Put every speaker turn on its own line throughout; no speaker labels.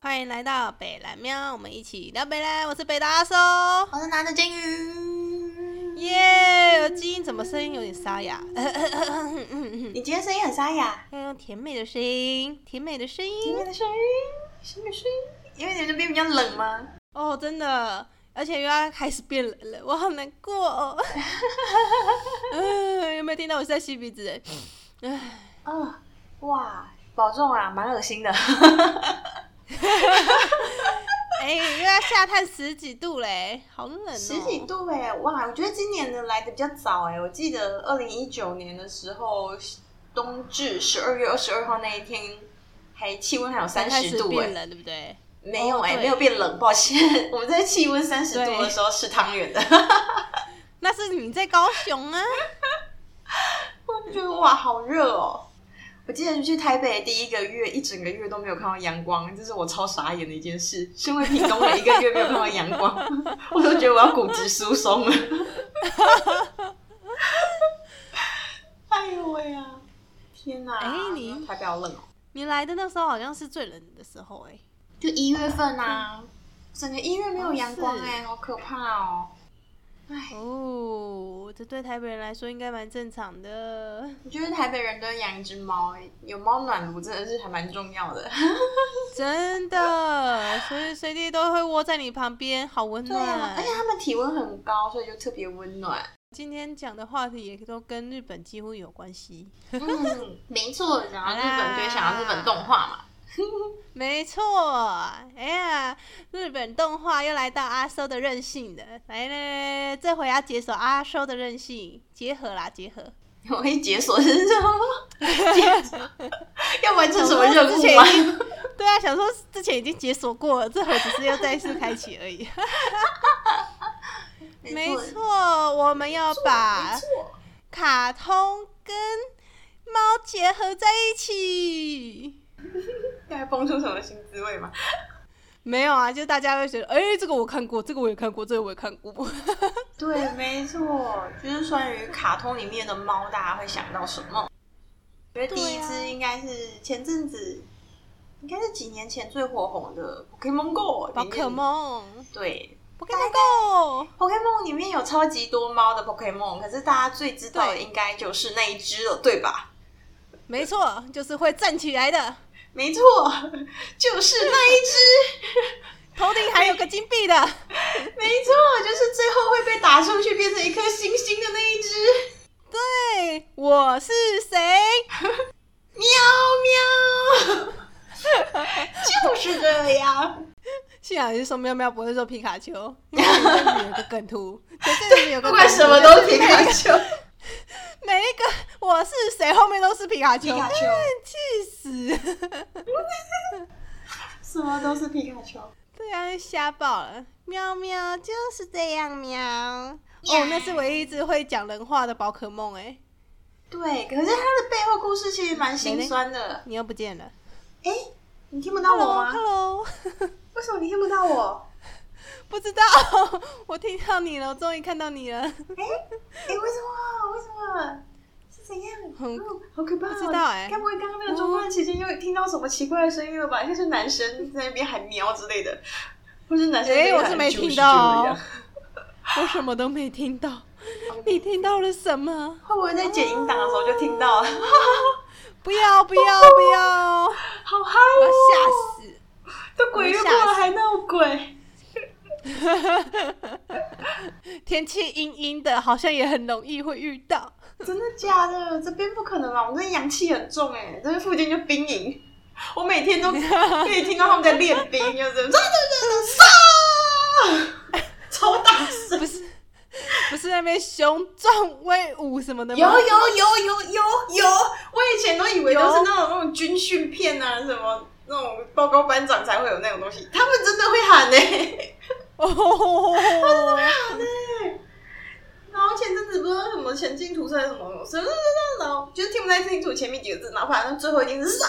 欢迎来到北蓝喵，我们一起聊北蓝。我是北大阿叔，
我是男的金鱼。
耶！基因怎么声音有点 沙哑？
你今天声音很沙哑，
要用甜美的声音，甜美的声
里
音
面的声音，什么声音？因为你们那边比较冷吗？
哦，真的，而且又要开始变冷了，我好难 过、哦。嗯有没有听到我是在吸鼻子？
啊、哇，保重啊，蛮恶 心的。
哎、又要下探十几度嘞，好冷哦！
十几度哎、哇！我觉得今年的来的比较早哎、我记得二零一九年的时候，冬至十二月二十二号那一天，还气温还有三
才开始
十度哎、
变冷，对不对？
没有哎、
哦对
没有变冷，抱歉，我 们在气温三十度的时候吃汤圆的，
那是你在高雄啊？
我就觉得哇，好热哦！我记得去台北第一个月，一整个月都没有看到阳光，这是我超傻眼的一件事。身为屏东人，一个月没有看到阳光， 我都觉得我要骨质疏松了。 哎呦喂呀、天哪！
哎你
台北好冷哦，
你来的那时候好像是最冷的时候哎、
就一月份啊，整个一月没有阳光
哦是
哎、好可怕哦！哎，
哦，这对台北人来说应该蛮正常的。
我觉得台北人都养一只猫，有猫暖炉真的是还蛮重要的。
真的，随时随地都会窝在你旁边，好温
对啊，
暖
而。且他们体温很高，所以就特别温暖。
今天讲的话题也都跟日本几乎有关系，
嗯，没错，然后
好啦
画 嘛。
没错。哎呀，日本动画又来到阿修的任性的，来嘞，这回要解锁阿修的任性，结合啦，结合。
我会解锁是什么？ 解锁要完成什么任
之前
务
已经
吗？
对啊，想说之前已经解锁过了，这回只是又再次开启而已。 没错，我们要把
没错，
卡通跟猫结合在一起。
大概蹦出什么新滋味嘛？
没有啊，就大家会觉得，哎、这个我看过，这个我也看过，这个我也看 过。
对，没错，就是关于卡通里面的猫，大家会想到什么？我觉得第一
对啊
只应该是前阵子，应该是几年前最火红的《Pokemon Go》。
宝可，梦，
对，
宝可梦 Go，
Pokemon 里面有超级多猫的 Pokemon，可是大家最知道的应该就是那一只了，对吧？
没错，就是会站起来的，
没错， 就是那一只，
头顶还有个金币的。
没错，就是最后会被打出去变成一颗星星的那一只。
对，我是谁？
喵 喵，就是这样。
幸好你是说喵喵，不会说皮卡丘，因为前阵子有个 梗图，前阵子有
不
个
管
梗图
什么都是皮卡丘，
每一个我是谁后面都是皮卡丘，
皮卡丘
气死！
什么都是皮卡丘。
对啊，吓爆了！喵喵就是这样喵。哦，那是唯一一只会讲人话的宝可梦哎、
对，可是它的背后故事其实蛮心酸的。
你又不见了。
哎，你听不到我吗？
Hello，Hello，
为什么你听不到我？
不知道，我听到你了，我终于看到你了。
哎、哎，为什么？为什么？是怎样？
很
哦、好可怕、哦！
不知道哎
该不会刚刚那个中断期间又听到什么奇怪的声音了吧？像是男生在那边喊喵之类的，或是男生在那
哎、
边
我
喊
是没
啾
听
啾
到
一
哦
样，
我什么都没听到。你听到了什么？
会不会在剪音档的时候就听到了？
不要不要不要！我
好嗨
要
哦！
吓死！
都鬼月过
我吓
了
死
还闹鬼，
天气阴阴的，好像也很容易会遇到。
真的假的？这边不可能吧？我们这阳气很重哎、这边附近就兵营，我每天都可以听到他们在练兵，就是杀，超大声。
不是不是那边雄壮威武什么的吗？
有有有有有有，我以前都以为都是那种那种军训片啊，什么那种报告班长才会有那种东西，他们真的会喊呢、欸
哦，
喊呢、 然后前阵子不知道什么前进图是还是什么什么什么什么，然后就是听不太清楚前面几个字，然后反正最后一定是杀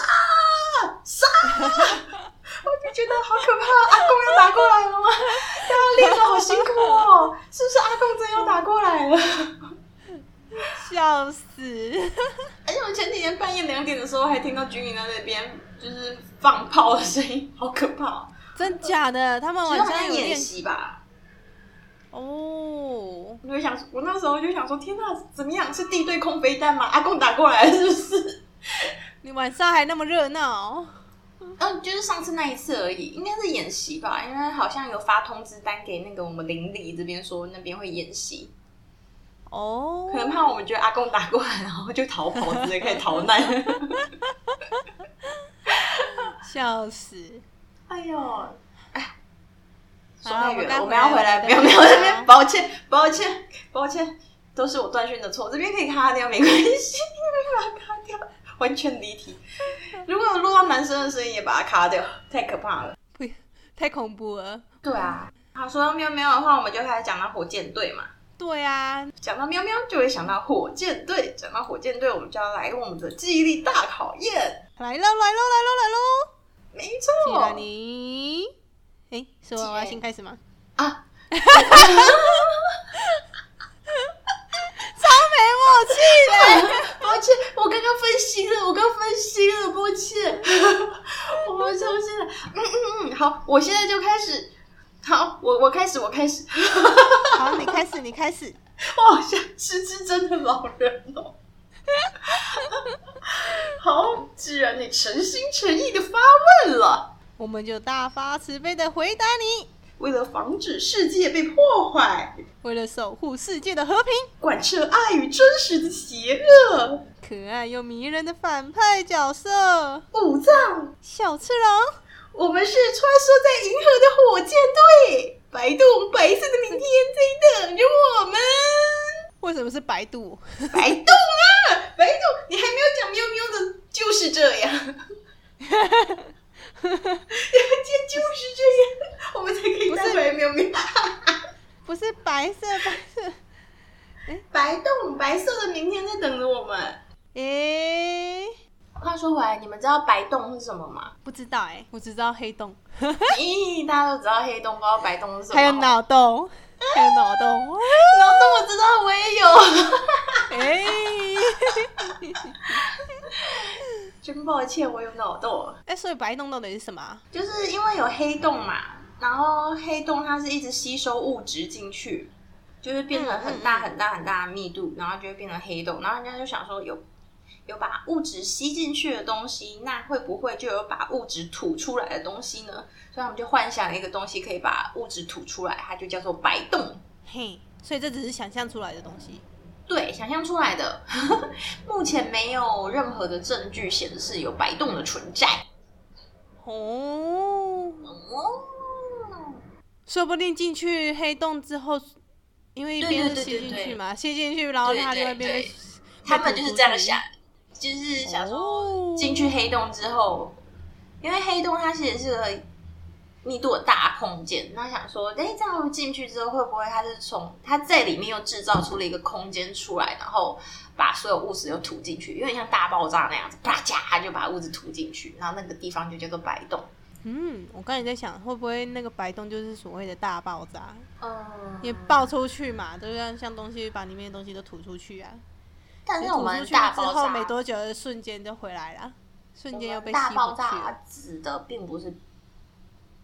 杀，我就觉得好可怕，阿公要打过来了吗？ 大家练的好辛苦哦，是不是阿公真要打过来了？
笑死！
而且我前几天半夜两点的时候还听到军营在那边就是放炮的声音，好可怕哦！
真假的？他们
其实
晚
他们在
上有
演
练
习吧。
哦，
我就想，我那时候就想说，天哪，怎么样？是地对空飞弹吗？阿贡打过来是不是？
你晚上还那么热闹，
嗯，就是上次那一次而已，应该是演习吧，因为好像有发通知单给那个我们邻里这边说那边会演习，
哦，
可能怕我们觉得阿贡打过来，然后就逃跑之类，开始逃难。
笑死！
哎呦，哎，说
好啊
太
我们
远
该
了，我
回
们要
来
回
了
来，不要
对
不要
好
这边，抱歉，抱歉，抱歉，都是我断讯的错，这边可以卡掉，没关系， 把它卡掉，完全离题。如果有录到男生的声音，也把它卡掉，太可怕了。
不，太恐怖了。
对啊，好，说到喵喵的话，我们就开始讲到火箭队嘛。
对啊，
讲到喵喵，就会想到火箭队。讲到火箭队，我们就要来我们的记忆力大考验。
来喽来喽来喽来
没
喽！既
错
然，你，哎、是我我要先开始吗？
啊，
超没默契的，
抱歉，我刚刚分心了，我刚分心了，抱歉， 我们休息了。嗯嗯嗯，好，我现在就开始。好，我我开始，我开始。
好，你开始，你开始。
我好像是只真的老人哦。 好，既然你诚心诚意的发问了，
我们就大发慈悲的回答你，
为了防止世界被破坏，
为了守护世界的和平，
贯彻爱与真实的邪恶，
可爱又迷人的反派角色
武藏
小次郎，
我们是穿梭在银河的火箭队，白洞白色的明天在等着我们。
为什么是白度？
白洞啊，白洞，你还没有讲喵喵的，就是这样，这就是这样，我们才可以带回来喵喵。
不是白色，白 色。
白洞，白色的明天在等着我们。
诶、
话说回来，你们知道白洞是什么 吗？
不知道诶、欸我只知道黑 洞，
咦，大家都知道黑洞，不知道白洞是什么。
还有脑洞， 还有脑 洞。
脑洞，我知道，我也有。
哎、
真抱歉，我有脑洞。
哎，所以白洞到底是什么啊？
就是因为有黑洞嘛，然后黑洞它是一直吸收物质进去，就是变成很大很大很大的密度，然后就会变成黑洞。然后人家就想说有有把物质吸进去的东西，那会不会就有把物质吐出来的东西呢？所以他们就幻想了一个东西可以把物质吐出来，它就叫做白洞。
嘿，所以这只是想象出来的东西。
对，想象出来的。 目前没有任何的证据显示有白洞的存在。
哦，
哦，
说不定进去黑洞之后，因为一边是吸进去嘛，吸进去，然后它另外一边
对
被
对他们就是这样想，就是想说
哦
进去黑洞之后，因为黑洞它其实是个密度很大的空间，那想说，哎、这样进去之后会不会它是从它在里面又制造出了一个空间出来，然后把所有物质又吐进去，有点像大爆炸那样子，啪嚓它就把物质吐进去，然后那个地方就叫做白洞。
嗯，我刚才在想，会不会那个白洞就是所谓的大爆炸，
嗯
也爆出去嘛，就像像东西把里面的东西都吐出去啊。
但是我
吐出
们
去
大
之
爆
后
炸
没多久的瞬间就回来了，瞬间又被吸
大爆
回去
炸
了。
指的并不是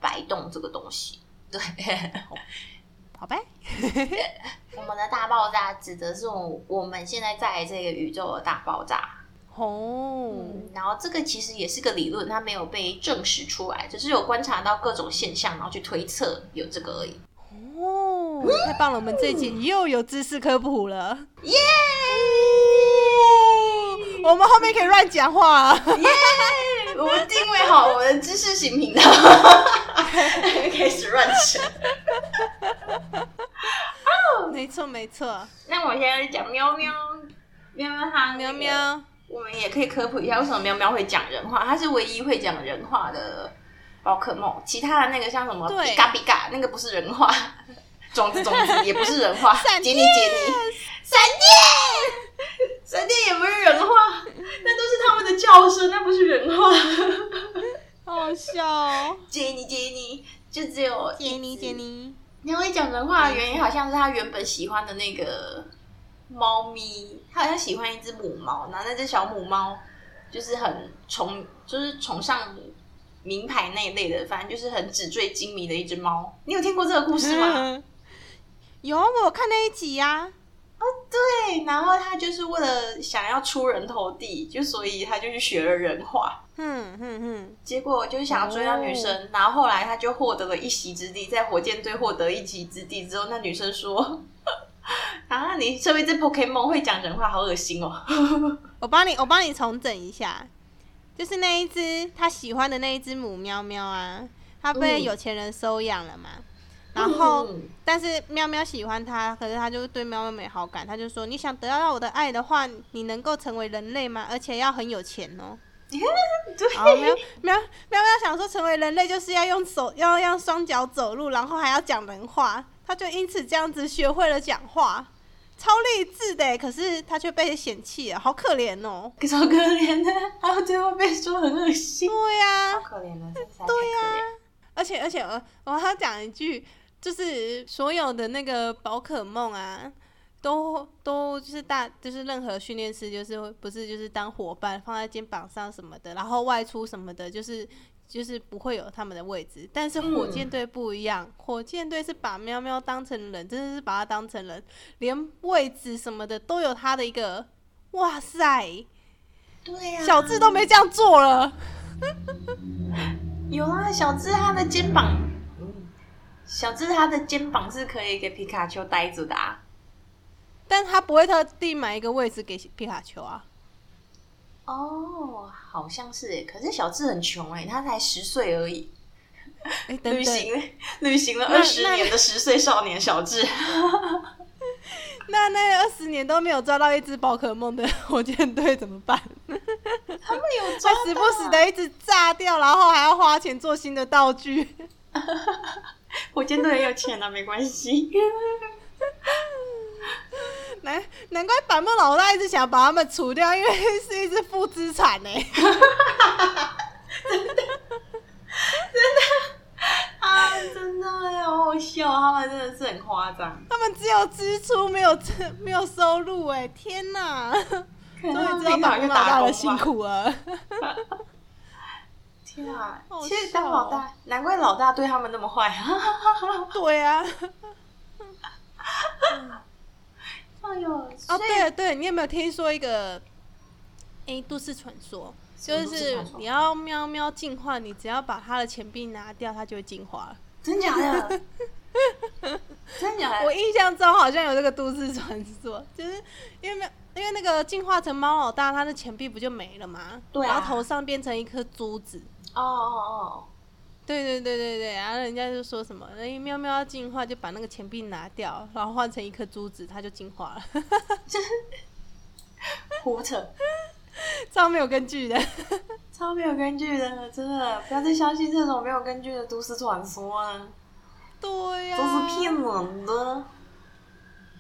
白洞这个东西，对，
好呗，
我们的大爆炸指的是我我们现在在这个宇宙的大爆炸。
哦，
嗯，然后这个其实也是个理论，它没有被证实出来，只是有观察到各种现象，然后去推测有这个而已。
哦，太棒了！我们这一集又有知识科普了，
耶、
我们后面可以乱讲话啊了。
我们定位好我们的知识型 频道，开始乱扯。
没错，没错，
那我现在讲喵喵喵喵它那个
喵，喵，
我们也可以科普一下为什么喵喵会讲人话，它是唯一会讲人话的宝可梦，其他的那个像什么
对
比嘎比嘎，那个不是人 话，种子种子也不是人话，
闪
杰
电
尼杰尼，闪电，闪电也不是人 话，那都是他们的叫声，那不是人话。
好好笑哦！
杰尼杰尼就只有一只
杰尼，杰， 尼，
你会讲人话的原因好像是他原本喜欢的那个猫咪，他好像喜欢一只母猫，然后那只小母猫就是很崇，就是崇尚名牌那一类的，反正就是很纸醉金迷的一只猫。你有听过这个故事吗？
嗯有，我有看那一集呀、
对，然后他就是为了想要出人头地，就所以他就去学了人话，
嗯嗯嗯，
结果就是想要追到女生，
哦
然后后来他就获得了一席之地，在火箭队获得一席之地之后，那女生说：“ 啊，你身为这 Pokemon 会讲人话，好恶心哦。
我帮你，我帮你重整一下，就是那一只他喜欢的那一只母喵喵啊，它被
嗯
有钱人收养了嘛， 然后。
嗯
但是喵喵喜欢他，可是他就对喵喵没好感，他就说：“你想得到我的爱的话，你能够成为人类吗？而且要很有钱哦。
对，”
然后喵喵喵喵想说，成为人类就是要用手，要用双脚走路，然后还要讲人话，他就因此这样子学会了讲话，超励志的耶。可是他却被嫌弃了，好可怜哦。
可超可怜的，然后最后被说很恶心，
对呀、
好可怜的，啊真是太可
对呀、
怜。
而且而且我我还要讲一句，就是所有的那个宝可梦啊，都都就是大就是任何训练师就是会不是就是当伙伴放在肩膀上什么的，然后外出什么的，就是。就是不会有他们的位置，但是火箭队不
嗯
一样，火箭队是把喵喵当成人，真的是把它当成人，连位置什么的都有他的一个，哇塞，
对呀、
小智都没这样做了。
有啊，小智他的肩膀，小智他的肩膀是可以给皮卡丘呆着的啊。
但他不会特地买一个位置给皮卡丘啊。
哦，好像是耶。可是小智很穷哎，他才十岁而已，
哎、等
旅
等，
行 旅行了
那
二十年的十岁少年小 智，
那那二十年都没有抓到一只宝可梦的火箭队怎么办？
他们有抓
它
到啊
时不时的一直炸掉，然后还要花钱做新的道具。
火箭队很有钱啊，没关 系。
难难怪板木老大一直想把他们除掉，因为 是一只负资产欸呢、
啊，真的好好笑，他们真的是很夸张。
他们只有支出没有 没有收入哎、天哪！
终
终
啊
于知道板木老大的辛苦了。
天啊
好！
其实
笑
当
哦
老大，难怪老大对他们那么坏。
对啊，
哎呦，
哦
所以
对了对了，你有没有听说一个哎、诶都市传说？就
都市
是
传说
你要喵喵进化，你只要把它的钱币拿掉，它就会进化了。
真假 的？真假
我
的？
印象中好像有这个都市传说，就是因为没有因为那个进化成猫老大，它的钱币不就没了吗？
对啊
然后头上变成一颗珠子。
哦哦
对对对对对，然后人家就说什么，哎，喵喵要进化就把那个钱币拿掉，然后换成一颗珠子，它就进化了，
哦，胡扯，
超没有根据的。
超没有根据的，真的不要再相信这种没有根据的都市传说了，
对呀、
都是骗人的。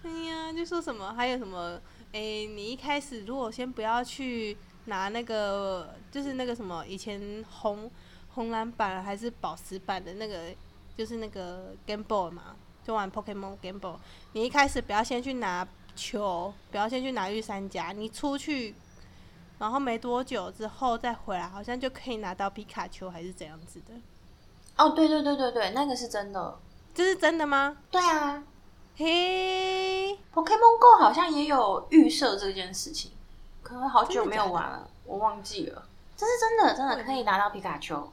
哎呀，就说什么还有什么？哎、你一开始如果先不要去拿那个，就是那个什么以前红红蓝版还是宝石版的那个，就是那个 Game Boy 嘛，就玩 Pokemon Game Boy。你一开始不要先去拿球，不要先去拿御三家，你出去，然后没多久之后再回来，好像就可以拿到皮卡丘还是怎样子的。
哦，对对对对对，那个是真的。
这是真的吗？
对啊
嘿，
，Pokemon Go 好像也有预设这件事情，可能好久
真的
没
假
有
的
玩了，我忘记了。这是真的，真
会
的可以拿到皮卡丘，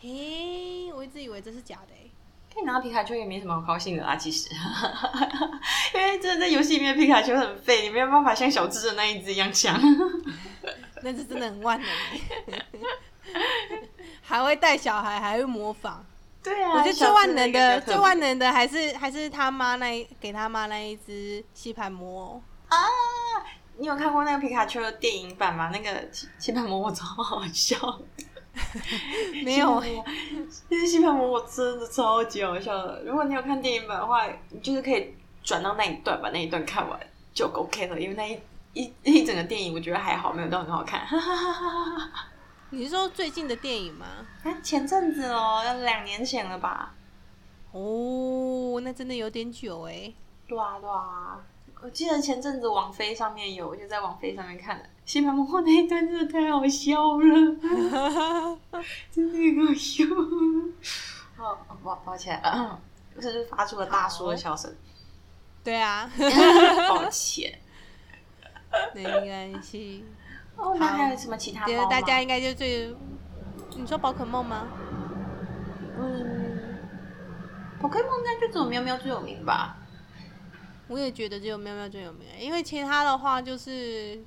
嘿，我一直以为这是假的、欸。
可以拿到皮卡丘也没什么好高兴的啦，其实， 因为真的在游戏里面皮卡丘很废，你没有办法像小智的那一只一样强。
那是真的很万能欸，还会带小孩，还会模仿。
对啊，
我觉得最万能的、最
最
万能的还是还是他妈那一给他妈那一只吸盘魔偶。
啊！你有看过那个皮卡丘的电影版吗？那个吸吸盘魔我超好笑，
没有欸
吸盘魔 因为吸盘魔我真的超级好笑的。如果你有看电影版的话，你就是可以转到那一段，把那一段看完就 OK 了，因为那一。一一整个电影我觉得还好，没有到很好看。
你是说最近的电影吗？
啊前阵子哦，要两年前了吧？
哦，那真的有点久哎。
对啊，对啊，我记得前阵子网飞上面有，我就在网飞上面看了《西门幕后》那一段，真的太好笑了，真的很好笑。 哦，抱抱歉， 嗯甚至发出了大叔的笑声。
对啊，
抱歉。
没关系。
哦，那还有什么其他
觉
猫
得
吗？
大家应该就最，你说宝可梦吗？
嗯，宝可梦应该就只有喵喵最有名吧？
我也觉得只有喵喵最有名，因为其他的话就是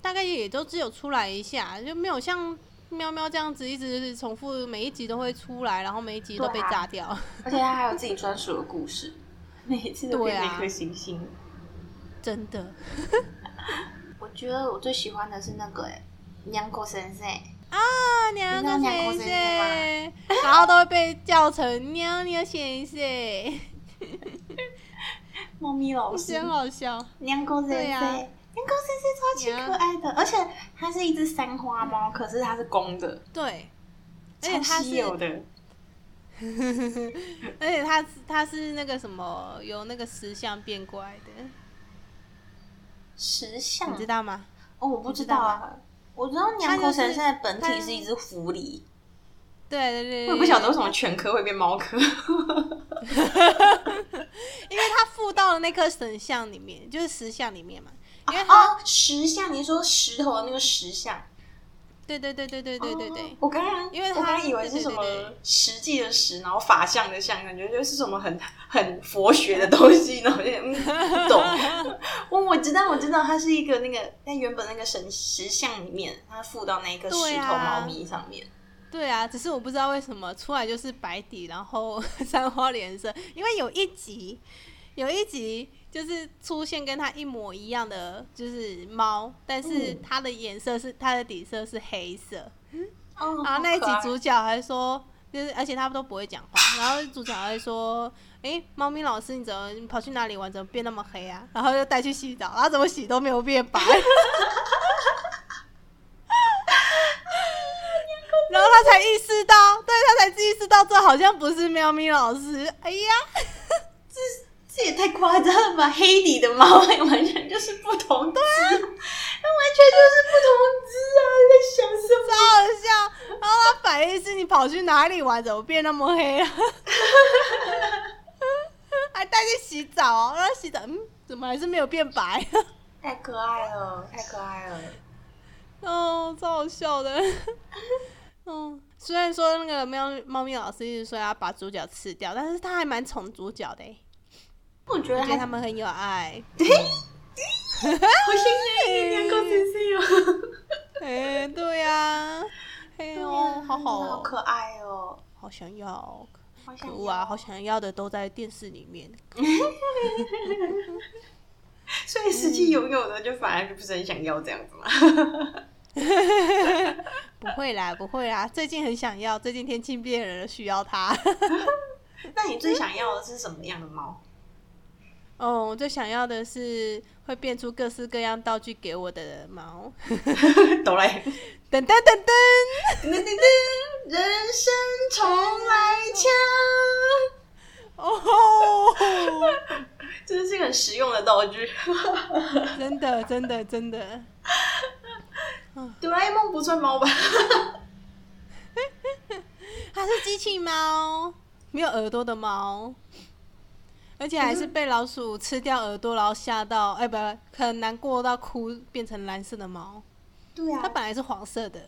大概也都只有出来一下，就没有像喵喵这样子一直重复，每一集都会出来，然后每一集都被
对啊
炸掉。
而且它还有自己专属的故事， 每一次都
对
变
啊
成一颗行星。
真的
我觉得我最喜欢的是那个哎，娘狗神社。
啊，娘
你知道
的
娘
先
国
生，然后都会被叫成娘娘 先生，
猫咪老 师，
真好笑。
娘狗神社，
对
娘
啊
狗神社超级可爱的，而且它是一只三花猫，可是它是公的，
对，而且
超哦
它
稀
是
有的。
而且他是他是那个什么，由那个石像变过来的，
嗯石像
你知道吗？
哦，我不知道啊，我知道
它
娘
就
狗
是
神社的本体
它
是一只狐狸，
对对对对，
我也不晓得为什么全科会变猫 科。
因为他附到了那颗神像里面，就是石像里面嘛。因为他，
哦，石像，你说石头的那个石像，
对对对对对对对对
哦，我刚刚
因为
我
它
刚刚以为是什么
对对对对
实际的实，然后法相的相，感觉就是什么很很佛学的东西，然后我就嗯不懂。 我我知道我知道，它是一个那个在原本那个神石像里面，它附到那个石
对
头
啊
猫咪上面。
对啊！只是我不知道为什么出来就是白底，然后 三花连色，因为有一集有一集就是出现跟他一模一样的就是猫，但是
嗯
它的颜色是它的底色是黑色。
哦
然
好
后啊那一
可
集
爱
主角还说，就是而且他们都不会讲话， 然后主角还说，诶，猫咪老师你怎么你跑去哪里玩，怎么变那么黑啊？然后又带去洗澡，然后怎么洗都没有变白。 然后他才意识到，对他才意识到这好像不是喵咪老师。哎呀，
这也太夸张了吧！黑底的猫完全就是不同对啊，它完全就是不同只啊！你在想什么
超？好笑！然后他反应是你跑去哪里玩，怎么变那么黑啊？ 还带去洗澡哦，然后洗澡，嗯，怎么还是没有变白？
太可爱了，太可爱了。
哦，超好笑的。 嗯，虽然说那个喵猫咪老师一直说要把主角吃掉，但是他还蛮宠主角的欸，
我觉得
我觉得
还
他们很有爱。
好心爱两个先生哦。
哎、对呀、哎呦，好好
啊好
哦，
可爱哦，
好想要哦，
好想
可
要
恶啊，好想要的都在电视里面。
所以实际拥有的就反而就不是很想要这样子嘛。
不会啦， 不会啦，最近很想要，最近天气变热了，需要它。
那你最想要的是什么样的猫？
哦，我最想要的是会变出各式各样道具给我的猫。
哆啦 A 梦
噔噔噔噔，
噔噔噔噔，人生重来枪，
哦吼，
真的是一个很实用的道 具。
真的真的真的，
哆啦 A 梦不算 猫吧？
它是机器猫，没有耳朵的猫，而且还是被老鼠吃掉耳朵，然后吓到，哎、不，很难过到哭，变成蓝色的猫。
对
它本来是黄色的，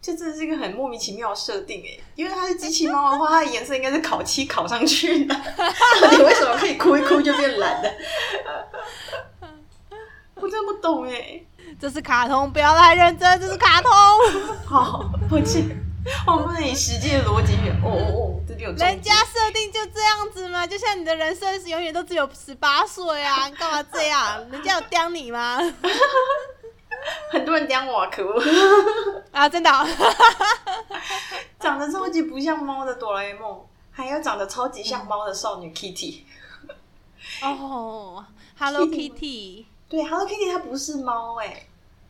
这真的是一个很莫名其妙的设定哎，因为它是机器猫的话，它的颜色应该是烤漆烤上去的， 到底为什么可以哭一哭就变蓝的？ 我真的不懂哎。
这是卡通，不要太认真，这是 卡通。
好，抱歉，我们不能以实际的逻辑去。哦哦哦，这边有
人
中
家设定就这样子嘛，就像你的人生是永远都只有十八岁啊，你干嘛这样？人家有刁你吗？
很多人刁我、啊，可恶！
啊，真的哦、
长得超级不像猫的哆啦 A 梦，还有长得超级像猫的少女 Kitty。
哦、h e l l o
Kitty
Kitty，
对，Hello Kitty 它不是猫哎，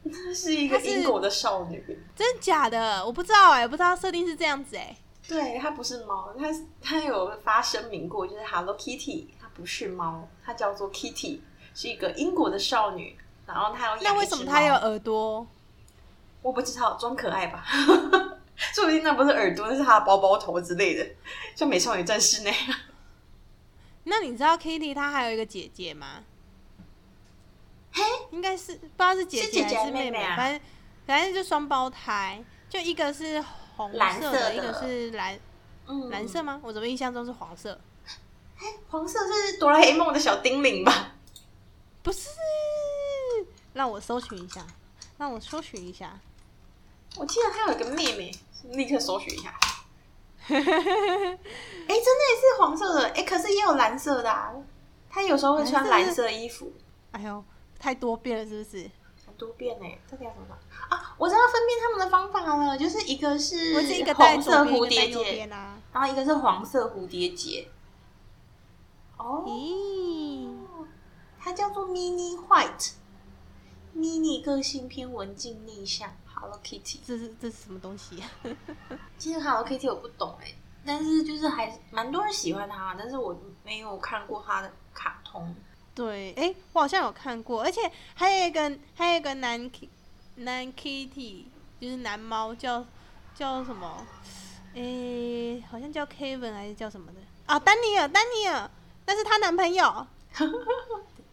它是一个
它是
英国的少女。
真假的？我不知道哎、不知道设定是这样子哎、
对，它不是猫，它它有发声明过，就是 Hello Kitty，它不是猫，它叫做 Kitty，是一个英国的少女，然后她有养
那为
一
什么
只
它有
猫
耳朵？
我不知道，装可爱吧？ 说不定那不是耳朵，那是她的包包头之类的，像美少女战士那样。
那你知道 Kitty 她还有一个姐姐吗？
嘿，
应该是不知道是姐
是姐姐
还是
还是妹
妹
妹啊
反正反正就双胞胎，就一个是红
蓝
色
色的
一个是蓝
嗯
蓝色吗？我怎么印象中是黄色？
黄色是哆啦 A 梦的小精灵吧？
不是，让我搜寻一下，让我搜寻一下。
我记得她有一个妹妹，立刻搜寻一下。哎、真的是黄色的，哎、可是也有蓝色的啊。她有时候会穿
蓝色
蓝
是
色衣服，
哎呦，太多变了是不是？
很多变哎、到底要怎么搞啊？我知道分辨他们的方法了，就是一个是
我是一个
嗯
戴
红
左
色蝴
边，一个戴
蝶
右
结，
边啊。
然后一个是黄色蝴蝶结。哦，
咦，
它叫做 mini white。mini 个性偏文静内向，Hello Kitty。
这是这是什么东西、啊？
其实 Hello Kitty 我不懂哎、但是就是还蛮多人喜欢它，但是我没有看过它的卡通。
对，哎、我好像有看过，而且还有一个还有一个男 K 男 Kitty，就是男猫叫叫什么？哎、好像叫 Kevin 还是叫什么的啊？丹尼尔，丹尼尔，那是她男朋友。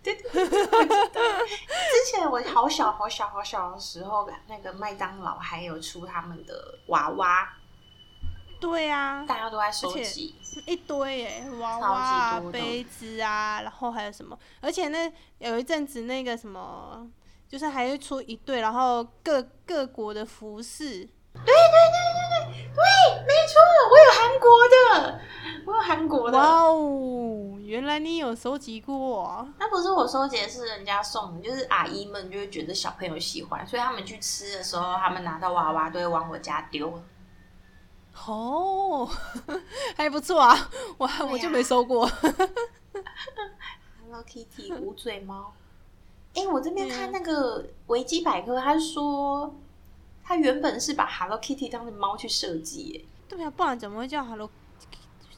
对对对，对我知道。之前我好小好小好小的时候，那个麦当劳还有出他们的娃娃，
对啊，
大家都在收集。
一堆耶、娃娃、啊
超级多、的
杯子啊，然后还有什么？而且那有一阵子那个什么，就是还会出一对，然后各各国的服饰，
对对对对对对，没错，我有韩国的，我有韩国的。
哇哦！原来你有收集过啊、
那不是我收集的，是人家送的，就是阿姨们就会觉得小朋友喜欢，所以他们去吃的时候，他们拿到娃娃都会往我家丢。
哦， 还不错啊！我、
对啊
我就没收过。
Hello Kitty 无嘴 猫。哎、我这边看那个维基百科，他说他原本是把 Hello Kitty 当成猫去设计耶，
对啊，不然怎么会叫 Hello？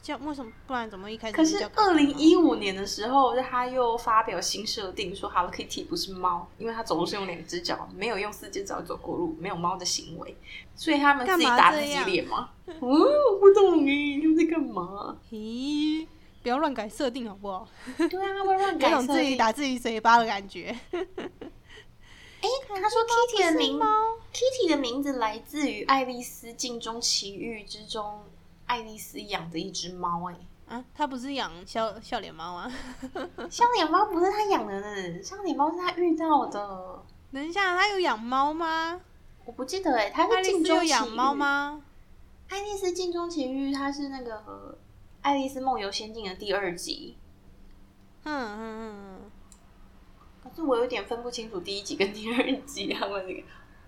叫为什么？不然怎么一开始
可
就是叫
二零一五年的时候，他又发表新设定，说 Hello Kitty 不是猫，因为它走路是用两只脚，没有用四只脚走过路，没有猫的行为，所以他们自己
干嘛
打
这
自己
样
脸吗？哦，我不懂哎，他们在干嘛？
咦？不要乱改设定好不好？
对啊，会乱
有
改
种
设
自己
定。
打自己嘴巴的感觉。
哎、他说 Kitty 的
是
名
猫。
Kitty 的名字来自于《爱丽丝镜中奇遇》之中，爱丽丝养的一只猫、
啊，他不是养笑笑脸猫吗？
哎，笑脸猫不是他养的呢，笑脸猫是他遇到的。
等一下，他有养猫吗？
我不记得哎、他
爱
是
丽
镜
丝有
中奇
养
遇
猫？吗？
爱丽丝镜中奇遇，它是那个呃《爱丽丝梦游仙境》的第二集，
嗯嗯嗯
可是我有点分不清楚第一集跟第二集他们那个，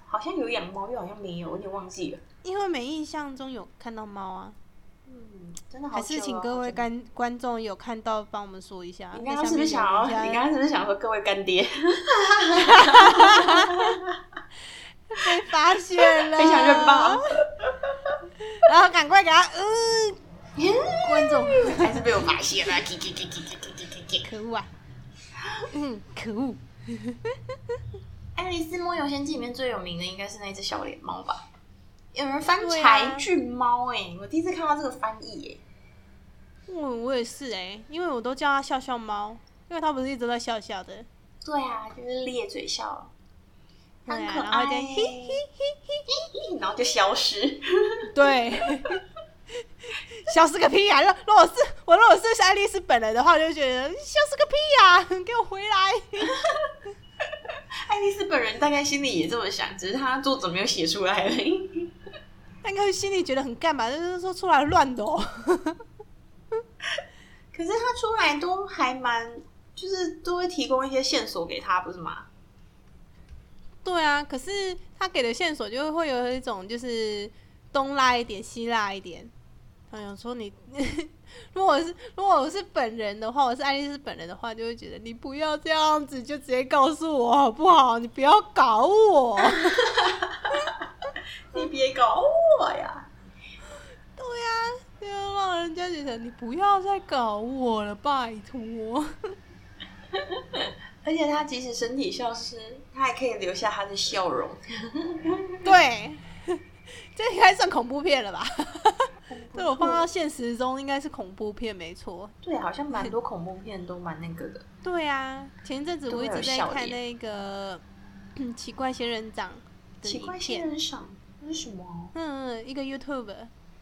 好像有养猫，又好像没有，我有点忘记了。
嗯，因为没印象中有看到猫啊，
嗯，真的好
还
久
是请
了
各
好
位
久
观观众有看到帮我们说一下。
你
在
刚刚
下
是不是
面
想要？
留一下
你刚刚是不是想说各位干爹？
被发现了，
很想认爸，
然后赶快给他，嗯， 观众，
还是被我发现了，叽叽叽叽叽叽叽叽叽。
可恶啊，嗯，可恶，
爱丽丝梦游仙境里面最有名的应该是那只小脸猫吧？有人翻
对
柴
啊
郡猫哎，我第一次看到这个翻译哎、
我我也是哎、因为我都叫他笑笑猫，因为他不是一直在笑笑的，
对啊，就是咧嘴笑，
对
很
啊，
可
然后
爱
就
欸、
嘿嘿嘿嘿。
嘿然后就消失。
对，消失个屁呀、啊！如果是我，如果是爱丽丝本人的话，我就觉得消失个屁呀、 给我回来！
爱丽丝本人大概心里也这么想，只是她作者没有写出来而已。
但个心里觉得很干嘛，就是说出来乱的、哦。
可是她出来都还蛮，就是都会提供一些线索给她，不是吗？
对啊，可是他给的线索就会有一种就是东拉一点，西拉一点。哎呀，说你， 如果是如果我是本人的话，我是爱丽丝本人的话，就会觉得你不要这样子，就直接告诉我好不好？你不要搞我。
你别搞我呀！
对呀、就让 人家觉得你不要再搞我了，拜托。
而且他即使身体消失，他还可以留下他的笑容。
对， 这应该算恐怖片了吧？这我放到现实中应该是恐怖片，没错。
对，好像蛮多恐怖片都蛮那个的。
对啊，前一阵子
都
我
会
一
有
直在
笑
看
点
那个嗯 奇怪仙人掌的
奇
影
怪，仙
片，
人掌为什么
嗯，一个 YouTube，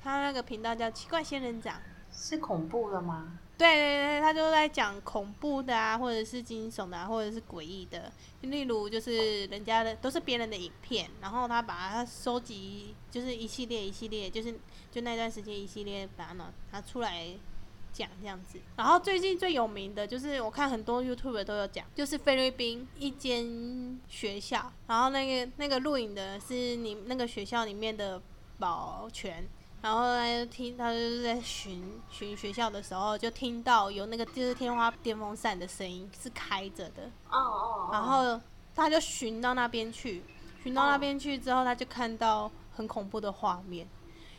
他那个频道叫奇怪仙人掌。
是恐怖的吗？
对对对，他就在讲恐怖的啊，或者是惊悚的啊，或者是诡异的。例如就是人家的都是别人的影片，然后他把它收集，就是一系列一系列，就是就那段时间一系列把它拿拿出来讲这样子。然后最近最有名的就是我看很多 YouTube 都有讲，就是菲律宾一间学校，然后那个那个录影的是你那个学校里面的保全。然后他就听，他就是在巡巡学校的时候，就听到有那个就是天花电风扇的声音是开着的，
哦哦
然后他就巡到那边去，巡到那边去之后，他就看到很恐怖的画面。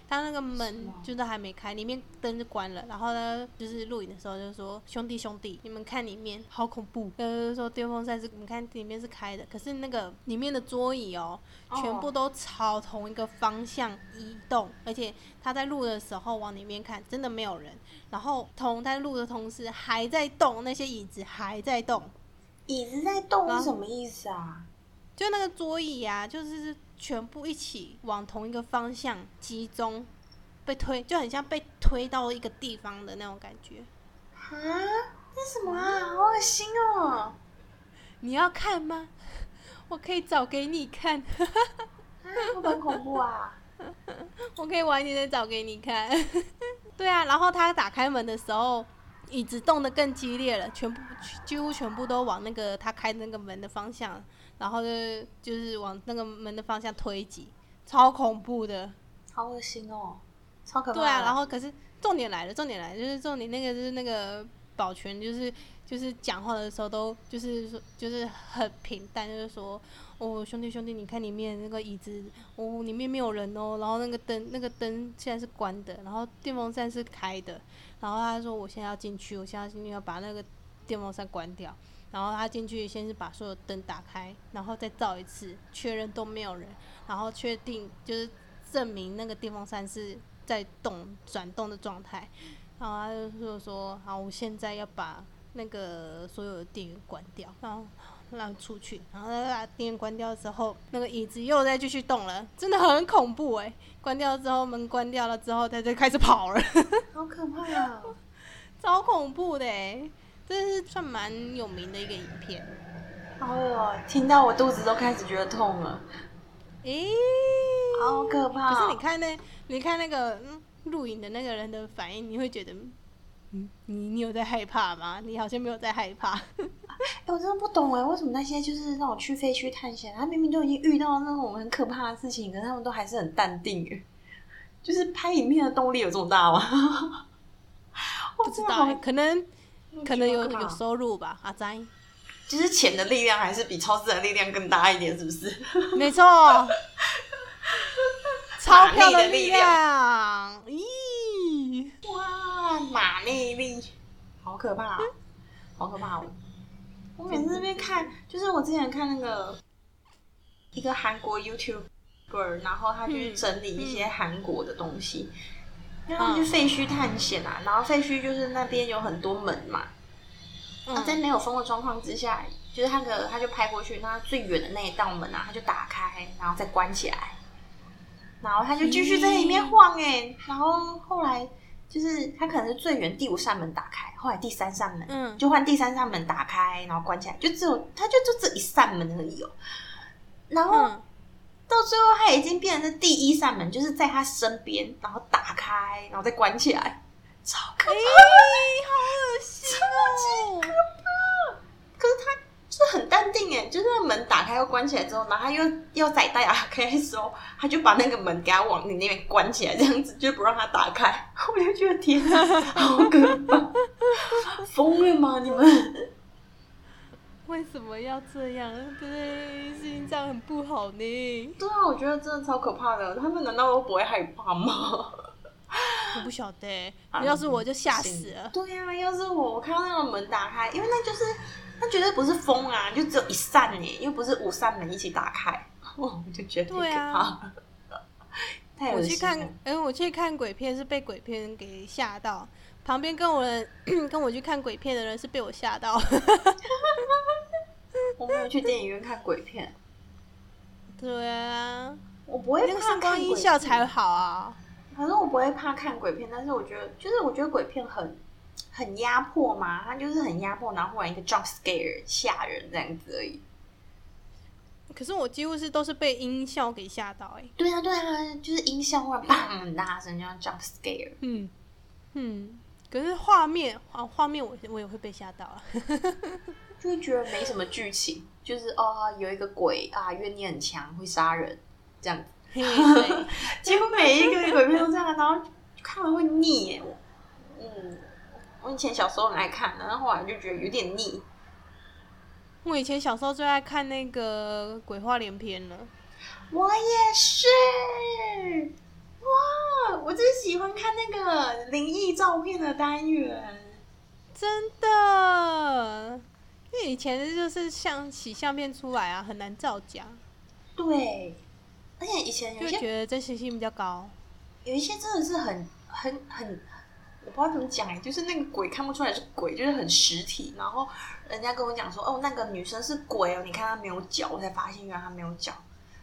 他那个
是
门
吗
就是还没开，里面灯就关了。然后呢，就是录影的时候就说：“兄弟兄弟，你们看里面好恐怖。”就是说电风扇是，你看里面是开的，可是那个里面的桌椅哦，全部都朝同一个方向移动，而且他在录的时候往里面看，真的没有人。然后同在录的同时还在动，那些椅子还在动，
椅子在动
然
是
后
什么意思啊？
就那个桌椅啊，就是全部一起往同一个方向集中被推，就很像被推到一个地方的那种感觉。
啊，这是什么啊？好恶心
啊
哦！
你要看吗？ 我可以找给你看，
啊，会不会很恐怖啊？
我可以晚一点再找给你看。 对啊，然后他打开门的时候，椅子动得更激烈了，全部几乎全部都往那个他开那个门的方向，然后就就是往那个门的方向推挤，超恐怖的。
好恶心哦，超可怕的。
对啊，然后可是重点来了，重点来了，就是重点那个就是那个保全，就是就是讲话的时候都就是说就是很平淡，就是说哦兄弟兄弟，你看里面那个椅子，哦里面没有人哦，然后那个灯那个灯现在是关的，然后电风扇是开的，然后他说我现在要进去，我现在要进去要把那个电风扇关掉。然后他进去，先是把所有灯打开，然后再照一次，确认都没有人，然后确定就是证明那个电风扇是在动转动的状态，然后他就说：“好，我现在要把那个所有的电源关掉，然后让出去。”然后他把电源关掉之后，那个椅子又再继续动了，真的很恐怖哎、关掉之后，门关掉了之后，他就开始跑了，
好可怕啊！
超恐怖的哎、这是算蛮有名的一个影片。
好恶哦，听到我肚子都开始觉得痛了，
诶、
好可怕哦。
可是你看那，你看那个嗯录影的那个人的反应，你会觉得，嗯，你你有在害怕吗？你好像没有在害怕。
哎、我真的不懂哎，为什么那些就是那种去废墟探险，他明明都已经遇到那种很可怕的事情，可是他们都还是很淡定哎，就是拍影片的动力有这么大吗？我
不知
真的
道
好
欸，可能可能有
觉得
有
可怕
收入吧，阿仔。
就是钱的力量还是比超自然的力量更大一点，是不是？
没 错，钞票
马力的力
力量。咦，嗯
哇，马内力，好可怕、哦，好可怕、哦！我每次那边看，就是我之前看那个一个韩国 YouTuber，然后他去整理一些韩国的东西，因为他们去废墟探险啊，然后废墟就是那边有很多门嘛，然啊后在
嗯，
没有风的状况之下，就是他个他就拍过去，那最远的那一道门啊，他就打开，然后再关起来，然后他就继续在里面晃哎、然后后来就是他可能是最远第五扇门打开，后来第三扇门，
嗯
就换第三扇门打开，然后关起来，就只有他就就这一扇门而已哦，然后。
嗯，
到最后，他已经变成是第一扇门，就是在他身边，然后打开，然后再关起来，超可怕
哎、好恶心 哦！
可是他就是很淡定哎，就是那门打开又关起来之后，然后他又要再 打开的时候，他就把那个门给他往你那边关起来，这样子就不让他打开。 我就觉得天哪，好可 怕！疯了吗你们？
为什么要这样？对，心脏很不好呢。
对啊，我觉得真的超可怕的。他们难道都不会害怕吗？
我不晓得、欸
啊
嗯要是我就吓死了。
对呀、要是我，我看到那个门打开，因为那就是那绝对不是风啊，就只有一扇呢，又不是五扇门一起打开，我就觉得很
对
可
啊
怕。太
我
恶
去
心
看
了。，
哎、我去看鬼片是被鬼片给吓到，旁边跟我 的跟我去看鬼片的人 是被我吓到。
我没有去电影院看鬼片，
对啊，
我不会
那个
怕
声
看
光
鬼
音效
片
才好啊。
反正我不会怕看鬼片，但是我觉得，就是我觉得鬼片很很压迫嘛，它就是很压迫，然后忽然一个 jump scare 吓人这样子而已。
可是我几乎是都是被音效给吓到、哎，
对啊，对啊，就是音效忽然砰很大声，就像 jump scare。
嗯嗯，可是画面啊，画面我我也会被吓到啊。
就会觉得没什么剧情，就是哦，有一个鬼啊，怨念很强，会杀人这样子。
嘿对
几乎每一个鬼片都这样，然后看了会腻耶。我嗯，我以前小时候很爱看，然后后来就觉得有点腻。
我以前小时候最爱看那个鬼话连篇了。
我也是，哇！我最喜欢看那个灵异照片的单元。
真的，因为以前就是像洗相片出来啊，很难造假，
对，而且以前有
就
一些
觉得真实性比较高。
有一些真的是很很很，我不知道怎么讲哎、就是那个鬼看不出来是鬼，就是很实体。然后人家跟我讲说，哦，那个女生是鬼哦，你看她没有脚，我才发现原来她没有脚，